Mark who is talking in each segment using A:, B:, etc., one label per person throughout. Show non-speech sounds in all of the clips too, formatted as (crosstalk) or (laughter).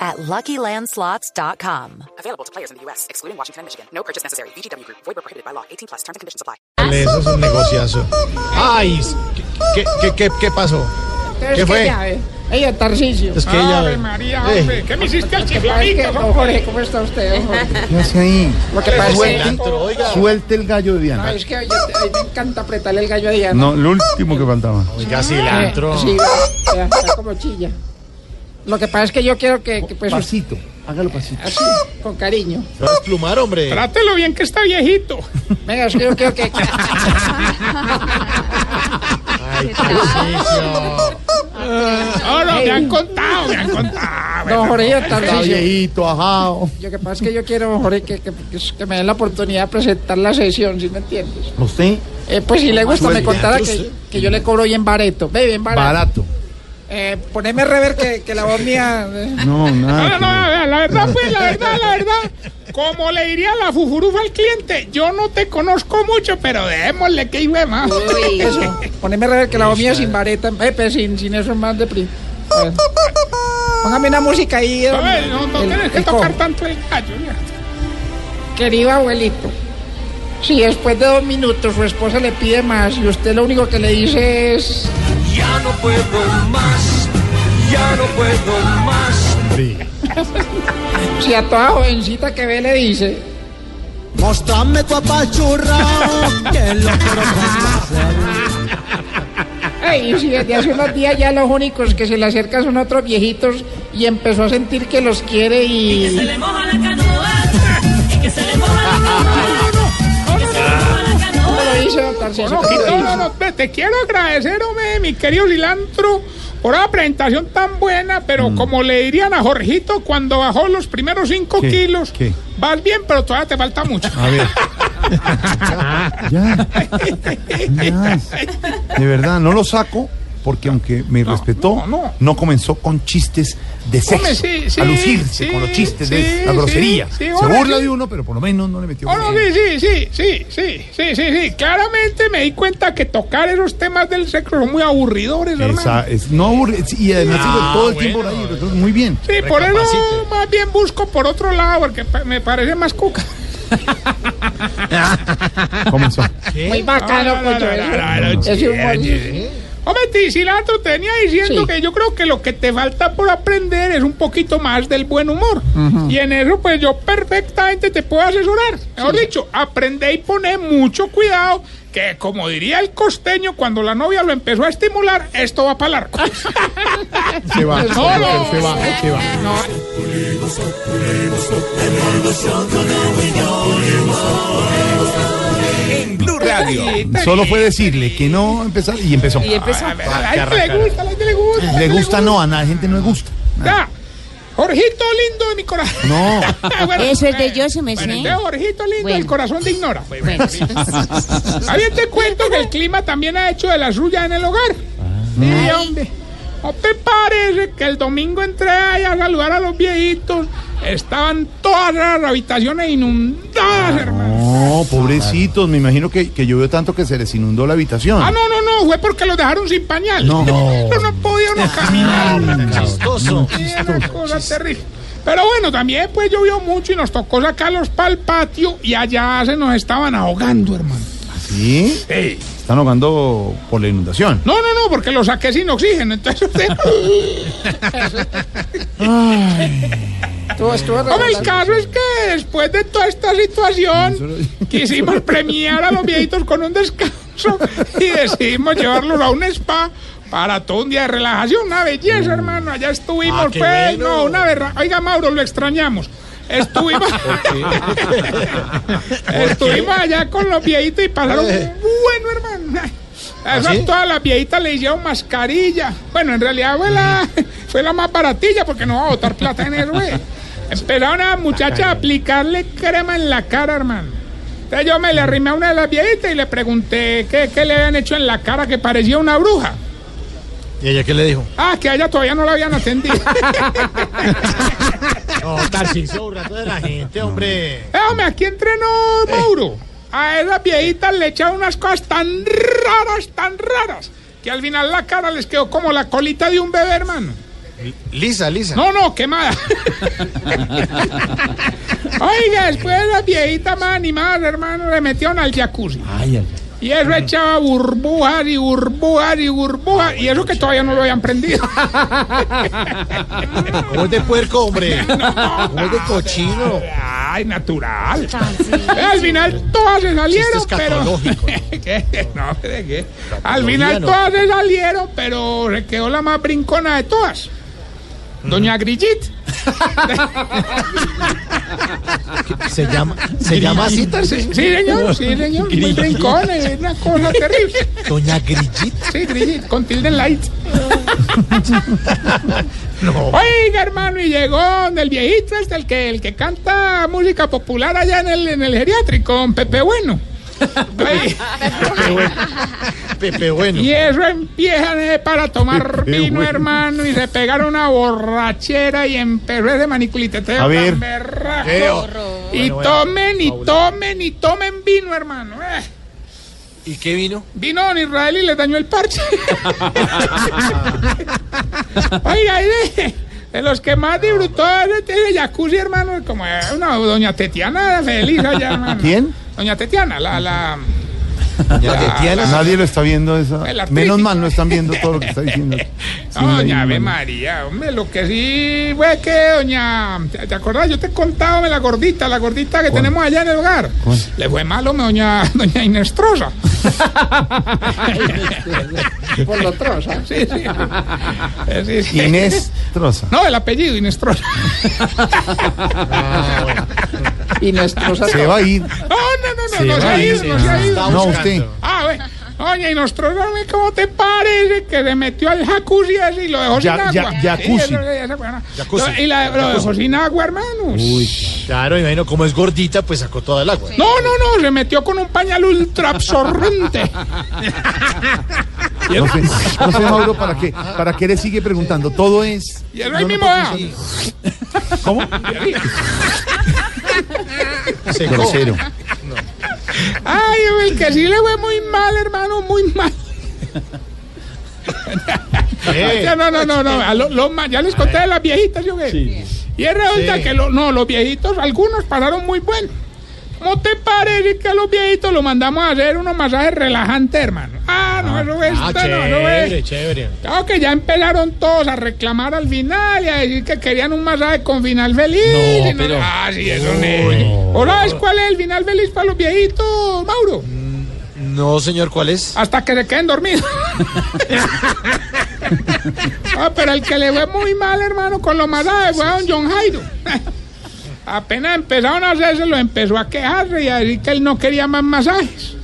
A: at LuckyLandSlots.com.
B: Available to players in the U.S., excluding Washington and Michigan. No purchase necessary. VGW Group. Void where prohibited by law. 18 plus. Terms and conditions apply.
C: Eso es un negociazo. ¡Ay! ¿Qué, qué, qué, qué pasó?
D: Pero
C: ¿Qué
D: es
C: fue?
D: Que ya, eh. Ella, Tarcisio.
C: Es que ella.
E: Ave María,
C: Eh,
E: hombre, ¿qué me hiciste al
D: Ay, que,
E: chifladito?
D: don Jorge, ¿cómo está usted, don Jorge?
F: ¿Qué hace ahí?
D: Lo que pasa es que,
C: cilantro, oiga.
F: Suelte el gallo de
D: no,
F: Diana.
D: es que oye, a mí me encanta apretarle el gallo a Diana.
F: No, lo último que faltaba.
C: Oiga, cilantro.
D: Sí, vea, vea, está como chilla. Lo que pasa es que yo quiero que, que, pues, usted-
F: Pasito, hágalo pasito.
D: así, con cariño.
C: Se va a desplumar, hombre.
E: Trátelo bien que está viejito.
D: Venga, es que yo quiero que...
C: ¡Ay, Tarcisio!
E: No, no, me han contado, me han contado.
D: Don Jorge,
F: Está
D: Tarcisio.
F: viejito, ajao.
D: Lo que pasa es que yo quiero, don Jorge, que, que, que- que me den la oportunidad de presentar la sesión, si me entiendes?
F: ¿Usted?
D: Eh, pues si le gusta, me
F: Suelte.
D: contara que, que yo le cobro bien barato. Ve, bien barato.
F: Barato.
D: Eh, poneme rever que, que la voz mía... eh.
F: No,
E: No,
F: nada.
E: no, no, a ver, la verdad, pues, la verdad, la verdad. Como le diría la fufurufa al cliente, yo no te conozco mucho, pero démosle que iba más.
D: Eso, poneme a rever que la voz mía sin vareta, eh, pues, sin, sin eso es más de pri. A ver. Póngame una música ahí.
E: A
D: don-
E: ver, no, no
D: el-
E: tienes que
D: el cojo.
E: tocar tanto el gallo. mira.
D: Querido abuelito, si después de dos minutos su esposa le pide más y usted lo único que le dice es.
G: Ya no puedo más, ya no puedo más.
C: Sí.
D: (laughs) Si a toda jovencita que ve le dice.
G: Mostrame tu apachurrao, que lo
D: Ay, si desde hace unos días ya los únicos que se le acercan son otros viejitos y empezó a sentir que los quiere y.
H: le moja la canoa, que se le moja la
D: Ah, ¿Cómo lo dice, don Tarcisio?
E: No,
D: ¿Cómo lo
E: no, no,
D: dice?
E: no, ve, te quiero agradecer, hombre, mi querido Lilantro, por la presentación tan buena, pero
F: Mm.
E: como le dirían a Jorgito cuando bajó los primeros 5
F: ¿Qué?
E: kilos,
F: ¿Qué? Ah.
E: vas bien, pero todavía te falta mucho.
F: A ver. Ya. Ya. De verdad, no lo saco porque aunque me respetó,
E: no, no.
F: no comenzó con chistes de
E: Hombre,
F: sexo.
E: sí, sí,
F: A lucirse
E: sí,
F: con los chistes de
E: sí,
F: la grosería.
E: sí, sí,
F: Se
E: ahora
F: burla
E: sí.
F: de uno, pero por lo menos no le metió.
E: Oh, no,
F: grosería.
E: sí, sí, sí, sí, sí, sí, sí, sí. Claramente me di cuenta que tocar esos temas del sexo son muy aburridores, hermano. Ah,
F: Esa es- no aburre, y además sigo todo el tiempo ahí, entonces, muy bien.
E: Sí, por eso
C: Recapacite.
E: más bien busco por otro lado, porque pa- me parece más cuca. (laughs)
F: Comenzó.
D: Muy bacano,
E: Ah, No, no, no,
D: coño,
E: no,
D: eso.
E: no, no, no,
D: Ese humor.
E: Hombre, Ticilato tenía diciendo
D: Sí.
E: que yo creo que lo que te falta por aprender es un poquito más del buen humor. Y en eso, pues yo perfectamente te puedo asesorar. Mejor dicho, aprende y pone mucho cuidado. Que como diría el costeño, cuando la novia lo empezó a estimular, esto va para el arco.
F: Se va, se va,
E: no.
F: se va, se va.
G: En Blue Radio.
F: Solo fue decirle que no empezar y empezó.
E: A ver, a la gente le gusta, a la gente le gusta. a la
F: Le
E: gente
F: gusta no, a la gente no le gusta.
E: Ya. Jorgito lindo de mi corazón.
F: No.
E: (laughs) Bueno,
I: Eso es de
E: eh,
I: José, me
E: bueno,
I: sé.
E: entonces, Jorgito lindo,
I: Bueno.
E: el corazón de ignora. Pues, bueno,
I: (laughs) Bueno.
E: (laughs) Ah, bien te cuento que el clima también ha hecho de la suya en el hogar.
I: Ah.
E: Sí, hombre. ¿No te parece que el domingo entré ahí a saludar a los viejitos? Estaban todas las habitaciones inundadas, hermano.
F: No, pobrecitos, me imagino que, que llovió tanto que se les inundó la habitación.
E: Ah, no, no, no, fue porque los dejaron sin pañal. (laughs)
F: No.
E: no, Ah, no podía uno caminar. una cosa.
C: Chistoso.
E: Sí, una cosa terrible. Pero bueno, también pues llovió mucho y nos tocó sacarlos para el patio y allá se nos estaban ahogando, hermano.
F: ¿Sí? Están ahogando por la inundación.
E: No, no, no, porque los saqué sin oxígeno, entonces usted...
D: Estuvo- estuvo
E: Hombre, el
D: re-
E: caso es que después de toda esta situación quisimos premiar a los viejitos con un descanso y decidimos llevarlos a un spa para todo un día de relajación, una belleza, hermano. Allá estuvimos,
C: Ah, qué
E: pues,
C: bueno.
E: no, una verdad. Oiga, Mauro, lo extrañamos.
C: (laughs)
E: Estuvimos, (laughs) estuvimos allá con los viejitos y pasaron
C: Eh. ¿Ah,
E: bueno, hermano. Eso
C: sí?
E: todas las viejitas le hicieron mascarilla. Bueno, en realidad fue la, (laughs) fue la más baratilla porque no va a botar plata en eso, güey. Empezaron a las muchachas a aplicarle crema en la cara, hermano. Entonces yo me le arrimé a una de las viejitas y le pregunté qué, qué le habían hecho en la cara que parecía una bruja.
C: ¿Y ella qué le dijo?
E: Ah, que a ella todavía no la habían atendido.
C: (laughs) No, Tarcísio, un rato de la gente, hombre.
E: Eh, hombre, aquí entrenó Mauro. A esas viejitas le echaron unas cosas tan raras, tan raras, que al final la cara les quedó como la colita de un bebé, hermano.
C: Lisa, Lisa.
E: No, no, quemada. Oiga, después la viejita más animada, hermano, le metieron al jacuzzi. Y eso echaba burbujas y burbujas y burbujas. Y eso que todavía no lo habían prendido.
C: ¿Cómo es de puerco,
E: (laughs)
C: hombre? ¿Cómo es de cochino?
E: Ay, natural. Al final todas se salieron,
C: Chiste
E: pero.
C: escatológico,
E: (laughs) ¿Qué? No, ¿de qué? Al final todas se salieron, pero se quedó la más brincona de todas. Doña Grigit.
C: Se llama, se llama así, Tarcísio.
E: Sí, señor, sí, señor. Muy brincona, es una cosa terrible.
C: Doña Grillita.
E: Sí, Grigit, con tilde light.
C: No.
E: Oiga, hermano, y llegó el viejito, este, el que, el que canta música popular allá en el, en el geriátrico, don Pepe Bueno. Ay,
C: Pepe Bueno.
E: y eso empiezan eh,
C: (laughs)
E: para tomar
F: Pepe
E: vino,
F: Bueno.
E: hermano, y se pegaron una borrachera y empezó ese maniculitete.
F: A ver.
C: Qué
E: Y
C: Bueno, bueno,
E: tomen, y
C: Paula.
E: tomen, y tomen vino, hermano. eh.
C: ¿Y qué vino?
E: Vino Don Israel y le dañó el parche. (laughs) Oiga, y de, de los que más disfrutó de tiene jacuzzi, hermano, como eh, una doña Tetiana feliz allá, hermano.
F: ¿Quién?
E: Doña Tetiana, la, la
C: Doña Tetiana.
F: Nadie lo está viendo esa.
E: El artista.
F: Menos mal no están viendo todo lo que está (laughs) diciendo.
E: no, doña Ave María, hombre, lo que sí fue que doña, ¿te te acordás? Yo te he contado de la gordita, la gordita que tenemos allá en el hogar. Le fue malo me doña, (laughs) doña Inestrosa. Por lo troza. Sí,
F: (laughs)
E: sí. Eh, sí, sí.
F: Inés Troza.
E: No, el
F: (laughs)
E: apellido Inestrosa.
C: Ah,
D: Y nuestros
F: Se va a ir.
E: No, no, no, no,
C: Se
E: no se
C: va,
E: ha ido,
C: se
E: no se ha
C: va.
E: ido.
C: Está
F: No,
C: buscando.
F: usted.
E: Ah, bueno. Oye, y Nostromo, ¿cómo te parece que le metió al jacuzzi ese y lo dejó
F: Ya-
E: sin
F: ya-
E: agua?
F: jacuzzi.
E: Sí, eso- esa buena.
C: Jacuzzi.
E: Lo- Y la- lo dejó sin agua, hermano.
C: Claro, imagino, como es gordita, pues sacó toda el agua.
E: No, no, no, se metió con un pañal ultra absorbente.
F: No sé, no sé, Mauro, ¿para qué, ¿para qué le sigue preguntando? Todo es.
E: Y el
F: yo
E: rey
F: no
E: mismo
F: puedo
E: vea.
F: pensar. ¿Cómo?
C: Secó.
F: Grosero.
E: Ay, el que sí le fue muy mal, hermano, muy mal.
C: Eh,
E: Ya, no, no, no, no. a lo- lo ma- ya les conté de las viejitas, yo qué. Y es resulta
C: Sí.
E: que lo- no, los viejitos, algunos pasaron muy buenos. ¿Cómo te parece que a los viejitos los mandamos a hacer unos masajes relajantes, hermano? Ah, no, eso es,
C: Ah,
E: esto no, eso es.
C: chévere, chévere.
E: Claro que ya empezaron todos a reclamar al final y a decir que querían un masaje con final feliz.
I: No,
E: y
I: pero-
E: Ah, sí, eso no. ¿O sabes cuál es el final feliz para los viejitos, Mauro?
C: No, señor, ¿cuál es?
E: Hasta que se queden dormidos. (laughs) ah, pero el que le fue muy mal, hermano, con los masajes fue a don John Jairo. (laughs) Apenas empezaron a hacerse, lo empezó a quejarse y a decir que él no quería más masajes.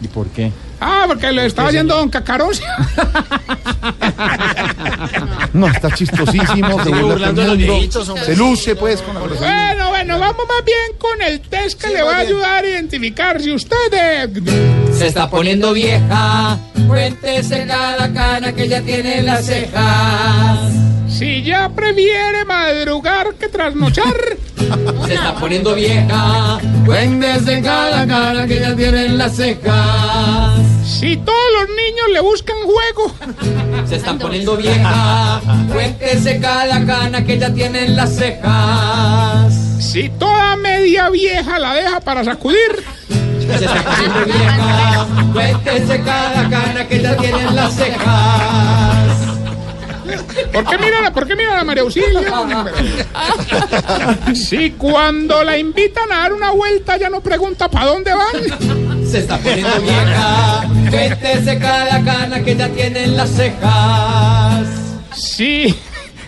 I: ¿Y por qué?
E: Ah, porque lo estaba haciendo don Cacarón.
F: No, está chistosísimo. Se,
C: Sigue
F: burla
C: burlando de
F: todo
C: los
F: el mundo.
C: viejitos, hombre.
F: se luce, pues, con la persona.
E: Bueno, bueno, vamos más bien con el test que le va a ayudar a identificar si usted... eh,
I: Se está poniendo vieja. Cuéntese cada cana que ya tiene en las cejas.
E: Si ya prefiere madrugar que trasnochar...
I: Se está poniendo vieja. Cuéntese cada cana que ya tiene en las cejas.
E: si todos los niños le buscan juego...
I: Se están poniendo vieja. Cuéntese cada cana que ya tiene en las cejas.
E: Si toda media vieja la deja para sacudir.
I: Se está poniendo vieja. Cuéntese cada cana que ya tiene en las cejas.
E: ¿Por qué miran a, por qué miran a María Auxilio? Si cuando la invitan a dar una vuelta ya no pregunta para dónde van.
I: Se está poniendo vieja. Cuéntese cada cana que ya tiene en las cejas.
E: Si,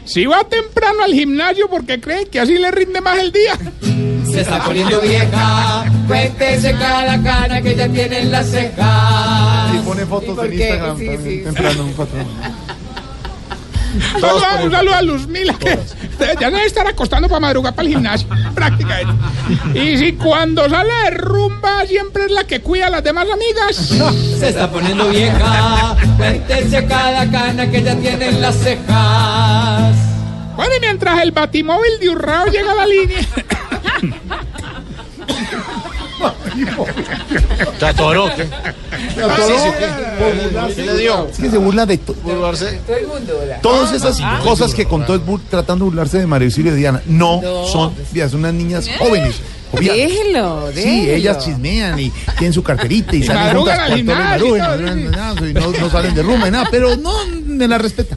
E: si va temprano al gimnasio porque cree que así le rinde más el día.
I: Se está poniendo vieja. Cuéntese cada cana que ya tiene en las cejas.
F: Y pone fotos en Instagram también, temprano, un patrón.
E: Un saludo a- un saludo a Luzmila, que ya debe estar acostando para madrugar para el gimnasio, (laughs) prácticamente. Y si cuando sale de rumba siempre es la que cuida a las demás amigas.
F: (laughs)
I: Se está poniendo vieja. Cuéntese cada cana que ya tiene en las cejas.
E: Bueno, y mientras el batimóvil de Urrao llega a
F: (laughs)
E: la línea.
C: ¿Te atoró? ¿Qué, Ah, ¿Qué le dio?
F: Es que se burla de to-
C: ¿Burlarse?
F: todas esas cosas que contó es bur- tratando de burlarse de María Auxilio y Diana. No, son vías, son unas niñas jóvenes. obvias.
J: Déjelo,
F: Sí,
J: déjelo.
F: ellas chismean y tienen su carterita y salen
E: madrugan
F: juntas
E: al
F: cuarto de
E: gimnasio y
F: madrugada,
E: todo,
F: y madrugan, y no, no salen de rumba y nada, pero no me la respeta.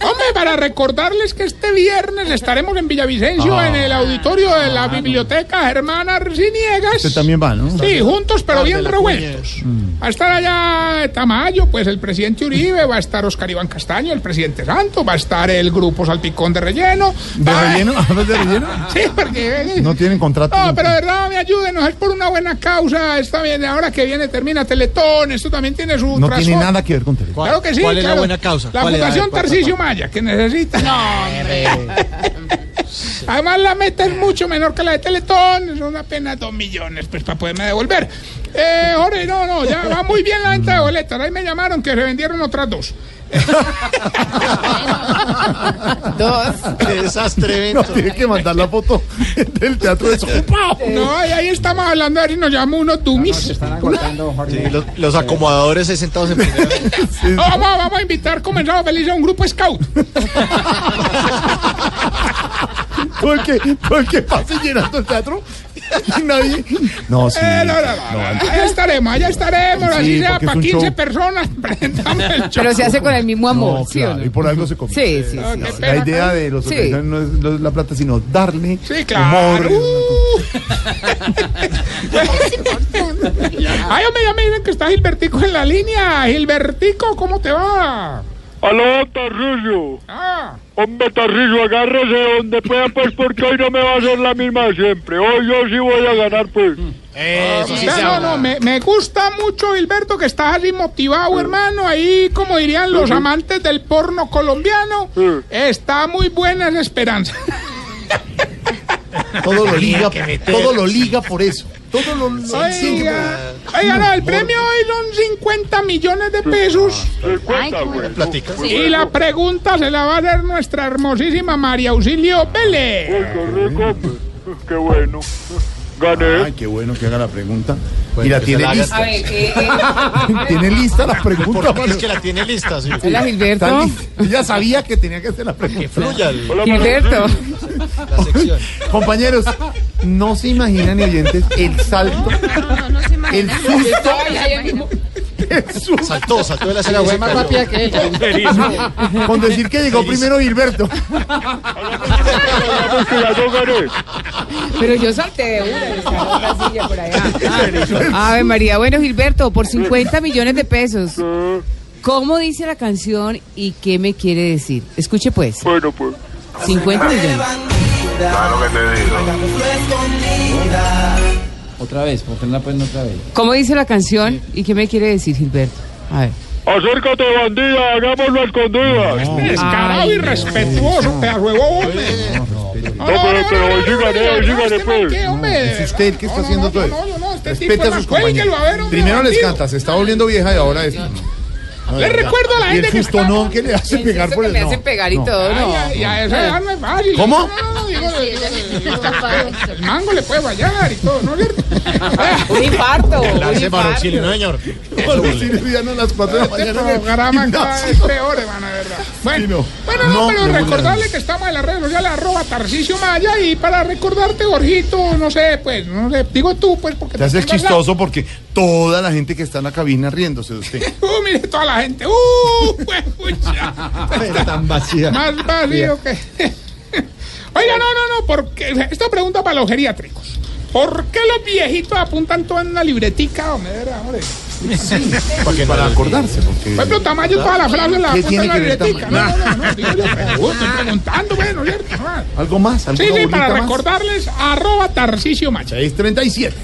E: Hombre, para recordarles que este viernes estaremos en Villavicencio, en el
F: Ah.
E: auditorio de la biblioteca Hermana Arciniegas.
F: Usted también va, ¿no?
E: Sí, juntos, pero bien
C: la
E: revueltos.
F: Mm.
E: Va a estar allá Tamayo, pues el presidente Uribe, va a estar Oscar Iván Castaño, el presidente Santos, va a estar el grupo Salpicón de Relleno.
F: ¿De
E: va-
F: relleno? (laughs) ¿De relleno?
E: Sí, porque... eh,
F: No tienen contrato.
E: No, Ah, pero de verdad, me ayúdenos, es por una buena causa. Está bien, ahora que viene termina Teletón, esto también tiene su
F: No tiene
E: trasfondo.
F: nada que ver con teléfono.
E: Claro que sí.
C: ¿Cuál es la
E: claro.
C: buena causa?
E: La
C: ¿Cuál es? A ver,
E: Fundación
C: ¿cuál-
E: Tarcisio
C: cuál-
E: Maya, que necesita. No, (laughs) Además, la meta es mucho menor que la de Teletón. Son apenas dos millones, pues, para poderme devolver. Eh, Jorge, no, no, ya va muy bien la venta de boletas. Ahí me llamaron que se vendieron otras dos.
J: (laughs) Dos.
C: ¡Qué desastre!
F: No, tiene que mandar la foto del teatro de
E: ¡Pau! No, y ahí estamos hablando, a ver si nos llamó uno Ah, Dumis.
C: Sí, los, los acomodadores ahí sentados en primera fila.
E: No, vamos, vamos a invitar, comenzado feliz a un grupo scout.
F: Todo el que, todo el que pase llenando el teatro y nadie. No, sí.
E: Eh, no, no, no, no, allá estaremos, allá estaremos, así
F: Sí,
E: sea,
F: porque es
E: para
F: un
E: 15
F: show.
E: personas. (laughs) Presentamos el show.
J: Pero se hace con el mismo amor,
F: No,
J: ¿sí o
F: claro,
J: no?
F: y por algo se come.
J: Sí, sí, sí.
E: qué
F: La
E: pena,
F: idea de los
J: Sí.
F: organizadores no es, no es la plata, sino darle
E: Sí, claro.
F: humor.
E: Uh. Ay, hombre, ya me dicen que está Gilbertico en la línea. Gilbertico, ¿cómo te va?
G: Aló, Tarrillo.
E: Ah,
G: Hombre, Tarrillo, agárrese donde pueda, pues, porque hoy no me va a ser la misma de siempre. Hoy yo sí voy a ganar, pues.
C: Eso sí
E: no,
C: se
E: Ah, no,
C: habla.
E: no, me, me gusta mucho, Gilberto, que estás así motivado, hermano. Ahí, como dirían los amantes del porno colombiano,
G: Sí.
E: está muy buena esa esperanza.
F: Todo lo liga, todo lo liga por eso. Todo lo liga.
E: Oiga, oiga, no, el premio hoy son 50 millones de pesos.
G: Se cuenta,
J: Ay,
G: pues.
C: Platica.
E: Y la pregunta se la va a hacer nuestra hermosísima María Auxilio Vélez.
G: Uy, qué rico, pues. Qué bueno. Gané.
F: Ay, qué bueno que haga la pregunta.
C: Bueno,
F: y la
C: que
F: tiene
C: se la haga.
F: lista.
J: ver, ¿qué
F: Tiene lista (laughs) la
C: (laughs)
F: pregunta.
C: Por favor, es que la tiene lista. sí.
J: Hola,
F: Está
J: Gilberto.
F: lista. (laughs) Ella sabía que tenía que hacer la
C: Que
F: pregunta.
C: fluya el-
G: Hola,
J: Gilberto.
C: la sección.
F: Compañeros, no se imaginan, oyentes, el salto, el susto, el susto.
C: Saltó, saltó de la silla. y se cayó.
J: que
F: Con decir que llegó primero Gilberto.
G: Marcelo, que ya yo gané.
J: Pero yo salté de una, yo estaba en la silla por allá. Ave María, bueno, Gilberto, por 50 millones de pesos.
G: Eh,
J: ¿Cómo dice la canción y qué me quiere decir? Escuche pues,
G: Bueno, pues.
J: 50 millones.
G: Claro que te digo.
I: Otra vez, porque no la pueden otra vez.
J: ¿Cómo dice la canción y qué me quiere decir, Gilberto? A ver.
G: Acércate, bandida, hagámoslo a escondidas.
E: Descarado
J: Ay,
E: y respetuoso, pedazo de bobo, hombre. No,
G: No, pero- pero hoy sí gané, hoy sí
E: no,
G: gané,
E: este man,
G: pues.
E: ¿qué, hombre? De
F: Es usted el que está
E: verdad.
F: haciendo todo
E: No, no, yo no, yo no,
F: eso.
E: este tipo
F: Respeta
E: es
F: a sus
E: más- cuélguelo, a ver,
F: compañeros.
E: hombre,
F: Primero les
E: bandido.
F: canta, se está volviendo vieja y ahora es.
E: Le recuerdo a la
F: Y el
E: gente que está...
F: sustonón que le hace pegar por el.
J: me
F: no,
J: hacen pegar y
F: no.
J: todo,
E: Ay,
J: ¿no?
E: ay, a esa edad no es fácil.
F: ¿Cómo?
E: No, no, no, digo, digo, digo, el mango le puede fallar y todo, ¿no es cierto?
J: Un infarto.
C: La hace Maroxilio, no señor.
F: Por decir, ya no, a las 4 de la
E: Este
F: mañana. en el
E: programa cada vez es
F: gimnasio.
E: peor, hermano, de verdad. Bueno,
F: Sí, no.
E: bueno no,
F: No,
E: pero
F: de buena
E: recordarle
F: vez.
E: que estamos en las redes sociales, arroba Tarcicio Maya, y para recordarte, Jorgito, no sé, pues, no sé, digo tú, pues, porque...
F: Te haces
E: tengo al lado.
F: chistoso porque toda la gente que está en la cabina riéndose de usted.
E: Uh, mire toda la gente. Uh, (laughs) pues, pucha.
F: Tan vacía. (laughs)
E: Más vacío que. (laughs) Oiga, no, no, no, porque esta pregunta para los geriátricos. ¿Por qué los viejitos apuntan todo en una libretica, hombre? De verdad, hombre.
F: Para, que para acordarse. Porque...
E: Por ejemplo, Tamayo toda la frase la
F: ¿Qué
E: apunta
F: tiene
E: en una
F: que ver
E: libretica. No,
F: Tamayo?
E: no, no, no, digo yo, pero, uh, estoy preguntando, bueno, ¿cierto? No,
F: ¿Algo más?
E: Sí,
F: ¿Alguna
E: sí,
F: bolita
E: para
F: más?
E: recordarles, arroba Tarcicio Macha.
F: 637.